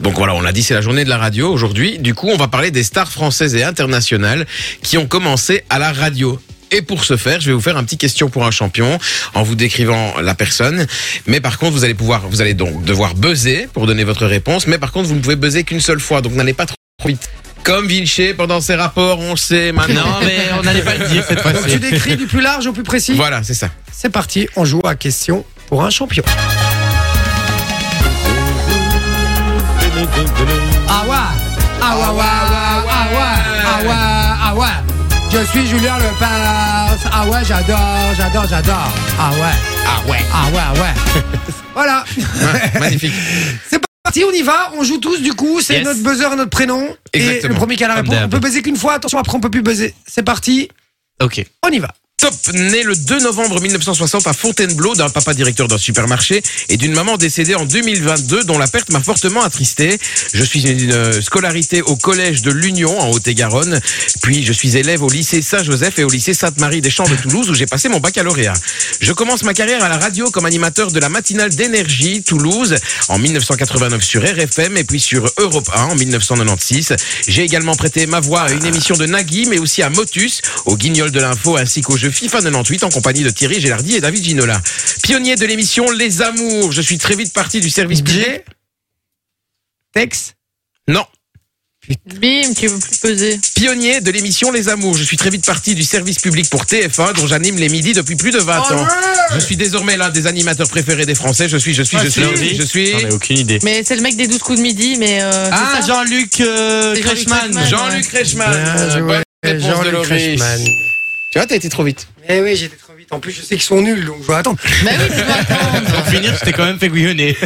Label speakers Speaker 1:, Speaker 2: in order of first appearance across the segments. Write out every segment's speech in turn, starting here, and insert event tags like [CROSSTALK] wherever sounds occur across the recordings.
Speaker 1: Donc voilà, on l'a dit, c'est la journée de la radio aujourd'hui. Du coup, on va parler des stars françaises et internationales qui ont commencé à la radio. Et pour ce faire, je vais vous faire un petit question pour un champion en vous décrivant la personne. Mais par contre, vous allez pouvoir, vous allez donc devoir buzzer pour donner votre réponse. Mais par contre, vous ne pouvez buzzer qu'une seule fois, donc n'allez pas trop vite. Comme Vinci pendant ses rapports, on le sait maintenant.
Speaker 2: Non, mais on n'allait pas le dire cette
Speaker 3: Donc Bah, tu
Speaker 2: fois-ci.
Speaker 3: décris du plus large au plus précis.
Speaker 1: Bah, voilà, c'est ça.
Speaker 3: C'est parti, on joue à question pour un champion. Ah ouais, ah ouais, ouais, ouais, ouais, ouais, ah ouais, ah ouais. Je suis Julien Le Palace. Ah ouais, j'adore, j'adore, j'adore. Ah ouais,
Speaker 1: Ah ouais.
Speaker 3: ah ouais, ah
Speaker 1: [LAUGHS]
Speaker 3: ouais. voilà.
Speaker 1: Ouais, magnifique.
Speaker 3: C'est parti, on y va. On joue tous du coup. C'est
Speaker 2: Yes.
Speaker 3: notre buzzer, notre prénom. Et
Speaker 1: Exactement.
Speaker 3: le premier qui a la
Speaker 2: Comme
Speaker 3: réponse. On
Speaker 2: d'hab.
Speaker 3: peut baiser qu'une fois. Attention, après on peut plus baiser. C'est parti,
Speaker 2: Ok.
Speaker 3: on y va.
Speaker 1: Top, né le 2 novembre 1960 à Fontainebleau d'un papa directeur d'un supermarché et d'une maman décédée en 2022 dont la perte m'a fortement attristé. Je suis une euh, scolarité au collège de l'Union en Haute-et-Garonne, puis je suis élève au lycée Saint-Joseph et au lycée Sainte-Marie des Champs de Toulouse où j'ai passé mon baccalauréat. hein. Je commence ma carrière à la radio comme animateur de la matinale d'énergie Toulouse en 1989 sur RFM et puis sur Europe 1 en 1996. J'ai également prêté ma voix à une émission de Nagui, mais aussi à Motus, au Guignol de l'info, ainsi qu'au jeu FIFA 98 en compagnie de Thierry Gélardi et David Ginola. Pionnier de l'émission Les Amours, je suis très vite parti du service public.
Speaker 3: J. Tex.
Speaker 1: Non.
Speaker 4: Bim, tu veux plus peser.
Speaker 1: Pionnier de l'émission Les Amours, je suis très vite parti du service public pour TF1, dont j'anime les midis depuis plus de 20
Speaker 3: Oh,
Speaker 1: ans. Je suis désormais l'un des animateurs préférés des Français. Je suis, je suis, je suis, je suis. Je suis
Speaker 2: J'en ai aucune idée.
Speaker 4: Mais c'est le mec des 12 coups de midi, mais. euh, c'est
Speaker 2: Ah,
Speaker 4: ça
Speaker 2: Jean-Luc euh,
Speaker 4: C'est Jean-Luc
Speaker 2: Kreshman.
Speaker 4: Reichmann.
Speaker 1: Jean-Luc Reichmann.
Speaker 3: Bien joué,
Speaker 1: Bonne réponse de
Speaker 3: Euh, Jean-Luc
Speaker 1: Loris.
Speaker 3: Reichmann.
Speaker 1: Tu vois, t'as été trop vite.
Speaker 3: Eh oui, j'étais trop vite. En plus, je sais qu'ils sont nuls, donc je vais attendre.
Speaker 4: Bah oui, tu dois attendre.
Speaker 2: [LAUGHS] Pour finir, je t'ai quand même fait gouillonner.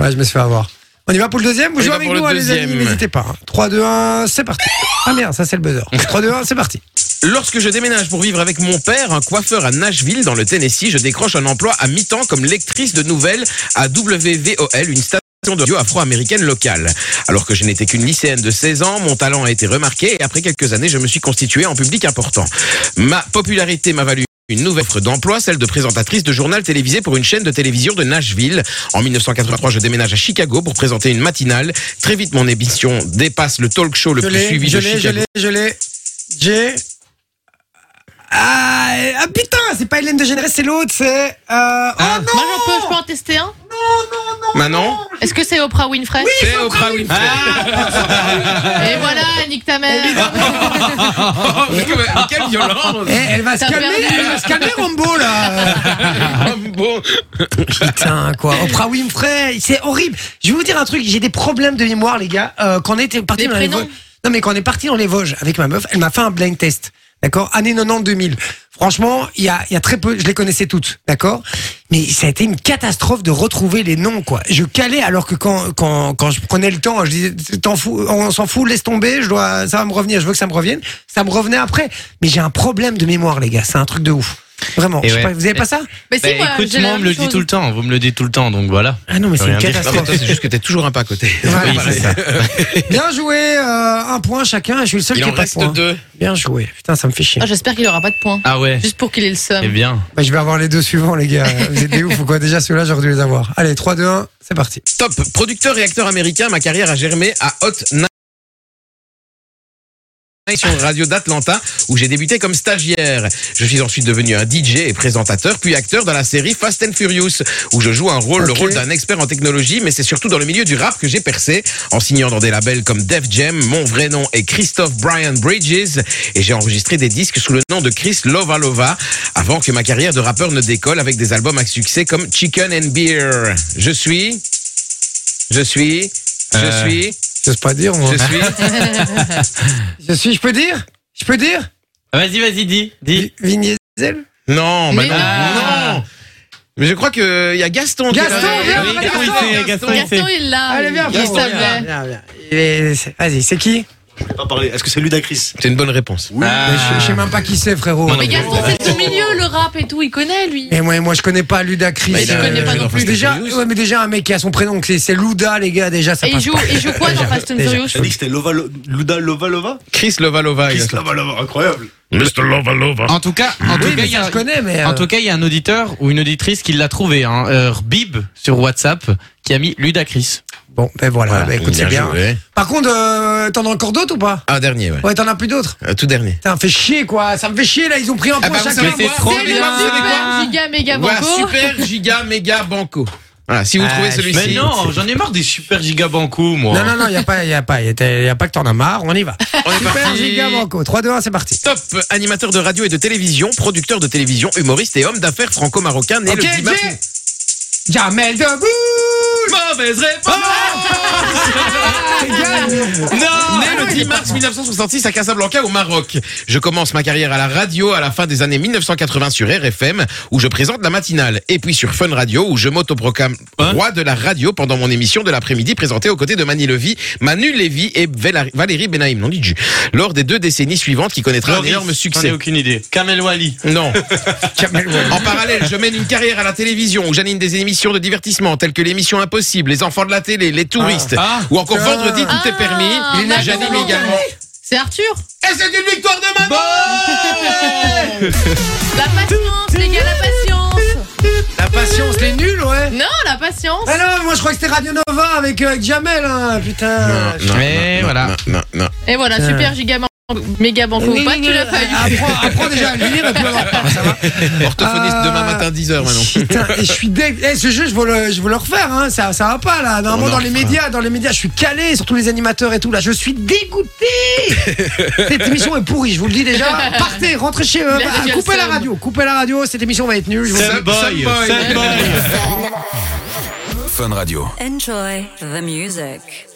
Speaker 3: Ouais, je me suis fait avoir. On y va pour le deuxième Vous
Speaker 1: On y
Speaker 3: jouez
Speaker 1: va
Speaker 3: avec
Speaker 1: pour le
Speaker 3: nous, hein, les amis,
Speaker 1: deuxième.
Speaker 3: n'hésitez pas. hein. 3, 2, 1, c'est parti. Ah merde, ça c'est
Speaker 1: [LAUGHS]
Speaker 3: le buzzer. 3, 2, 1, c'est parti.
Speaker 1: Lorsque je déménage pour vivre avec mon père, un coiffeur à Nashville, dans le Tennessee, je décroche un emploi à mi-temps comme lectrice de nouvelles à WVOL, une station de radio afro-américaine locale. Alors que je n'étais qu'une lycéenne de 16 ans, mon talent a été remarqué et après quelques années, je me suis constituée en public important. Ma popularité m'a valu une nouvelle offre d'emploi, celle de présentatrice de journal télévisé pour une chaîne de télévision de Nashville. En 1983, je déménage à Chicago pour présenter une matinale. Très vite, mon émission dépasse le talk show le
Speaker 3: je
Speaker 1: plus
Speaker 3: l'ai,
Speaker 1: suivi
Speaker 3: je
Speaker 1: de
Speaker 3: l'ai, je
Speaker 1: Chicago.
Speaker 3: l'ai, je l'ai. J'ai. Ah, eh, ah, putain, c'est pas Hélène de Généresse, c'est l'autre, c'est. Euh...
Speaker 2: Ah.
Speaker 3: oh,
Speaker 4: Moi, j'en peux, je peux en tester un.
Speaker 1: Maintenant,
Speaker 4: Est-ce que c'est Oprah Winfrey
Speaker 1: c'est Oprah Winfrey.
Speaker 4: Et voilà, nique ta mère.
Speaker 1: Oh, mais que- mais [LAUGHS] quelle violence
Speaker 3: eh, elle va se
Speaker 4: T'as
Speaker 3: calmer,
Speaker 4: perdu.
Speaker 3: elle va se calmer, Rambo, là.
Speaker 1: Bon.
Speaker 3: Putain, quoi. Oprah Winfrey, c'est horrible. Je vais vous dire un truc, j'ai des problèmes de mémoire, les gars. Euh, quand on était parti
Speaker 4: Des
Speaker 3: dans les
Speaker 4: prénoms.
Speaker 3: Vosges. Non, mais quand on est parti dans les Vosges avec ma meuf, elle m'a fait un blind test. D'accord Année 90-2000. Franchement, il y a, il y a très peu, je les connaissais toutes. D'accord Mais ça a été une catastrophe de retrouver les noms, quoi. Je calais alors que quand, quand, quand je prenais le temps, je disais, t'en fous, on s'en fout, laisse tomber, je dois, ça va me revenir, je veux que ça me revienne. Ça me revenait après. Mais j'ai un problème de mémoire, les gars. C'est un truc de ouf. Vraiment.
Speaker 2: Et
Speaker 3: Je sais
Speaker 2: ouais.
Speaker 3: pas, vous avez pas ça
Speaker 4: Mais si, moi,
Speaker 2: Bah, écoute,
Speaker 4: j'ai
Speaker 2: moi,
Speaker 4: la
Speaker 2: on me
Speaker 4: même
Speaker 2: le dit
Speaker 4: chose.
Speaker 2: tout le temps. Vous me le dites tout le temps, donc voilà.
Speaker 3: Ah non, mais c'est une
Speaker 2: Rien dire.
Speaker 1: Non, mais
Speaker 3: catastrophe.
Speaker 1: toi, c'est juste que t'es toujours un pas à côté.
Speaker 3: Voilà.
Speaker 2: Oui, c'est ça.
Speaker 3: [LAUGHS] Bien joué, euh, un point chacun, et je suis le seul
Speaker 1: Il
Speaker 3: qui
Speaker 1: en
Speaker 3: est pas de
Speaker 1: reste
Speaker 2: hein.
Speaker 3: point.
Speaker 1: deux.
Speaker 3: Bien joué, putain, ça me fait chier.
Speaker 4: Ah, J'espère qu'il aura pas de points.
Speaker 2: Ah ouais.
Speaker 4: Juste pour qu'il ait le seum.
Speaker 2: Eh bien.
Speaker 3: Bah, je vais avoir les deux suivants, les gars. Vous êtes des ouf ou quoi Déjà, ceux-là, j'aurais dû les avoir. Allez, 3, 2, 1, c'est parti.
Speaker 1: Top. Producteur et acteur américain, ma carrière a germé à Hot Na- sur une radio d'Atlanta où j'ai débuté comme stagiaire. Je suis ensuite devenu un DJ et présentateur puis acteur dans la série Fast and Furious où je joue un rôle, le
Speaker 3: Ok.
Speaker 1: rôle d'un expert en technologie mais c'est surtout dans le milieu du rap que j'ai percé en signant dans des labels comme Def Jam, mon vrai nom est Christophe Brian Bridges et j'ai enregistré des disques sous le nom de Chris Lovalova avant que ma carrière de rappeur ne décolle avec des albums à succès comme Chicken and Beer. Je suis je suis je
Speaker 2: Euh.
Speaker 1: suis
Speaker 3: J'ose pas dire, moi.
Speaker 1: je [LAUGHS] suis
Speaker 4: [LAUGHS]
Speaker 3: Je suis, je peux dire Je peux dire
Speaker 2: Ah, Vas-y, vas-y, dis. Dis. Ah.
Speaker 3: Vigné Diesel
Speaker 1: Non, bah
Speaker 4: Mais
Speaker 1: non,
Speaker 2: non.
Speaker 1: non. Mais je crois que il y a Gaston. qui
Speaker 3: Gaston,
Speaker 1: l'a-
Speaker 3: viens,
Speaker 1: Oui,
Speaker 3: viens,
Speaker 1: Gaston,
Speaker 3: Gaston,
Speaker 1: il fait-
Speaker 2: Gaston,
Speaker 1: Gaston.
Speaker 4: Gaston, il l'a.
Speaker 3: Allez, viens,
Speaker 4: Ah il
Speaker 3: viens,
Speaker 4: savait.
Speaker 3: viens, viens, viens. Il est- c'est- Vas-y, c'est qui
Speaker 5: pas parler. Ah, Est-ce que c'est Ludacris
Speaker 1: C'est une bonne réponse.
Speaker 5: Oui.
Speaker 2: Ah.
Speaker 3: Mais je, je sais même pas qui c'est, frérot.
Speaker 2: Non,
Speaker 4: Mais Gaston, c'est son milieu, le rap et tout, il connaît, lui.
Speaker 3: Et moi, moi, je connais pas Ludacris.
Speaker 1: Bah,
Speaker 4: il a- connaît pas non plus.
Speaker 3: Déjà,
Speaker 1: Furious.
Speaker 3: ouais, mais déjà, un mec qui a son prénom, que c'est- c'est Luda, les gars, déjà, ça
Speaker 4: Et il
Speaker 3: passe
Speaker 4: joue,
Speaker 3: pas.
Speaker 4: il joue quoi dans Fast and
Speaker 3: Déjà.
Speaker 4: Furious
Speaker 5: T'as dit que c'était Lova, Lo- Luda Lova Lova
Speaker 1: Chris Lovalova.
Speaker 5: Chris
Speaker 1: Gaston.
Speaker 5: Lova Lova, incroyable.
Speaker 1: Mr. Lovalova.
Speaker 2: En tout cas, en
Speaker 3: Oui,
Speaker 2: tout cas,
Speaker 3: mais
Speaker 2: il y
Speaker 3: ça,
Speaker 2: a.
Speaker 3: je connais, mais.
Speaker 2: En
Speaker 3: euh,
Speaker 2: tout cas, il y a un auditeur ou une auditrice qui l'a trouvé, hein, euh, Bib sur WhatsApp, qui a mis Ludacris.
Speaker 3: Bon, ben voilà,
Speaker 1: bah,
Speaker 3: ben
Speaker 1: Ah,
Speaker 3: écoute, c'est bien.
Speaker 1: joué.
Speaker 3: Par contre, euh, t'en as encore d'autres ou pas
Speaker 1: Ah, dernier, ouais.
Speaker 3: Ouais, t'en as plus d'autres
Speaker 1: Euh, tout dernier.
Speaker 3: Putain, fait chier quoi, ça me fait chier là, ils ont pris un
Speaker 1: Ah
Speaker 3: point
Speaker 1: bah, vous
Speaker 3: chacun.
Speaker 1: savez, c'est
Speaker 3: moi.
Speaker 1: trop
Speaker 4: C'est le
Speaker 1: bien.
Speaker 4: super giga méga
Speaker 1: Voilà,
Speaker 4: banco.
Speaker 1: super giga méga banco. Voilà, si vous trouvez
Speaker 2: Ah, Mais
Speaker 1: celui-ci,
Speaker 2: non, j'en ai marre des super gigabancos, moi.
Speaker 3: Non, non, non, y a pas, y a pas, y a, y a pas que t'en as marre, on y va.
Speaker 1: on est
Speaker 3: Super
Speaker 1: parti.
Speaker 3: giga banco, 3, 2, 1, c'est parti.
Speaker 1: Top animateur de radio et de télévision, producteur de télévision, humoriste et homme d'affaires franco-marocain né
Speaker 3: Ok,
Speaker 1: le 10 mars.
Speaker 3: j'ai Jamel Debbouze
Speaker 1: Mauvaise réponse
Speaker 2: Ah,
Speaker 1: Ah,
Speaker 3: les gars.
Speaker 2: Ah,
Speaker 1: Non Né le 10 mars 1966 à Casablanca au Maroc. Je commence ma carrière à la radio à la fin des années 1980 sur RFM où je présente la matinale et puis sur Fun Radio où je m'autoproclame
Speaker 2: Hein
Speaker 1: roi de la radio pendant mon émission de l'après-midi présentée aux côtés de Mani Levy, Manu Lévy et Véla- Valérie Benaïm, non dit du, lors des deux décennies suivantes qui connaîtra
Speaker 2: Loris,
Speaker 1: un énorme
Speaker 2: J'en ai
Speaker 1: succès.
Speaker 2: aucune idée. Kamel Wally. [LAUGHS]
Speaker 1: Non.
Speaker 3: Jamel Debbouze.
Speaker 1: En parallèle, je mène une carrière à la télévision où j'anime des émissions de divertissement telles que l'émission Impossible, les enfants de la télé, les touristes,
Speaker 2: Ah.
Speaker 1: ou encore
Speaker 3: Ah.
Speaker 1: vendredi, tout est permis.
Speaker 4: Ah,
Speaker 3: Il n'a
Speaker 1: J'anime
Speaker 3: jamais
Speaker 1: également.
Speaker 4: C'est Arthur.
Speaker 1: Et c'est une victoire de maman
Speaker 4: La patience, les gars, la patience.
Speaker 1: ah.
Speaker 3: La patience, les nuls, ouais.
Speaker 4: Non, la patience.
Speaker 3: Ah non, moi je crois que c'était Radio Nova avec, euh, avec Jamel, hein, putain.
Speaker 2: Et voilà.
Speaker 1: Non, non,
Speaker 4: Et voilà,
Speaker 3: Putain.
Speaker 4: super giga banco, méga banco. ou Pas, tu l'as pas eu.
Speaker 3: Apprends, apprends déjà à le lire et puis on en reparle, ça va.
Speaker 1: non. Orthophoniste
Speaker 3: Ah.
Speaker 1: demain matin 10h maintenant.
Speaker 3: Putain, et je suis deg. Eh, ce jeu, je veux le, je veux le refaire, hein. ça, ça va pas là. Normalement,
Speaker 1: On en
Speaker 3: dans les
Speaker 1: refera.
Speaker 3: médias, dans les médias, je suis calé, surtout les animateurs et tout là. Je suis dégoûté. cette émission est pourrie, je vous le dis déjà. Partez, rentrez chez eux,
Speaker 4: Il a déjà le
Speaker 3: coupez la
Speaker 4: seum.
Speaker 3: radio, coupez la radio. Cette émission va être nulle. Je vous le dis.
Speaker 2: Sad boy.
Speaker 1: Sad boy.
Speaker 2: Sad boy.
Speaker 6: Enjoy the music.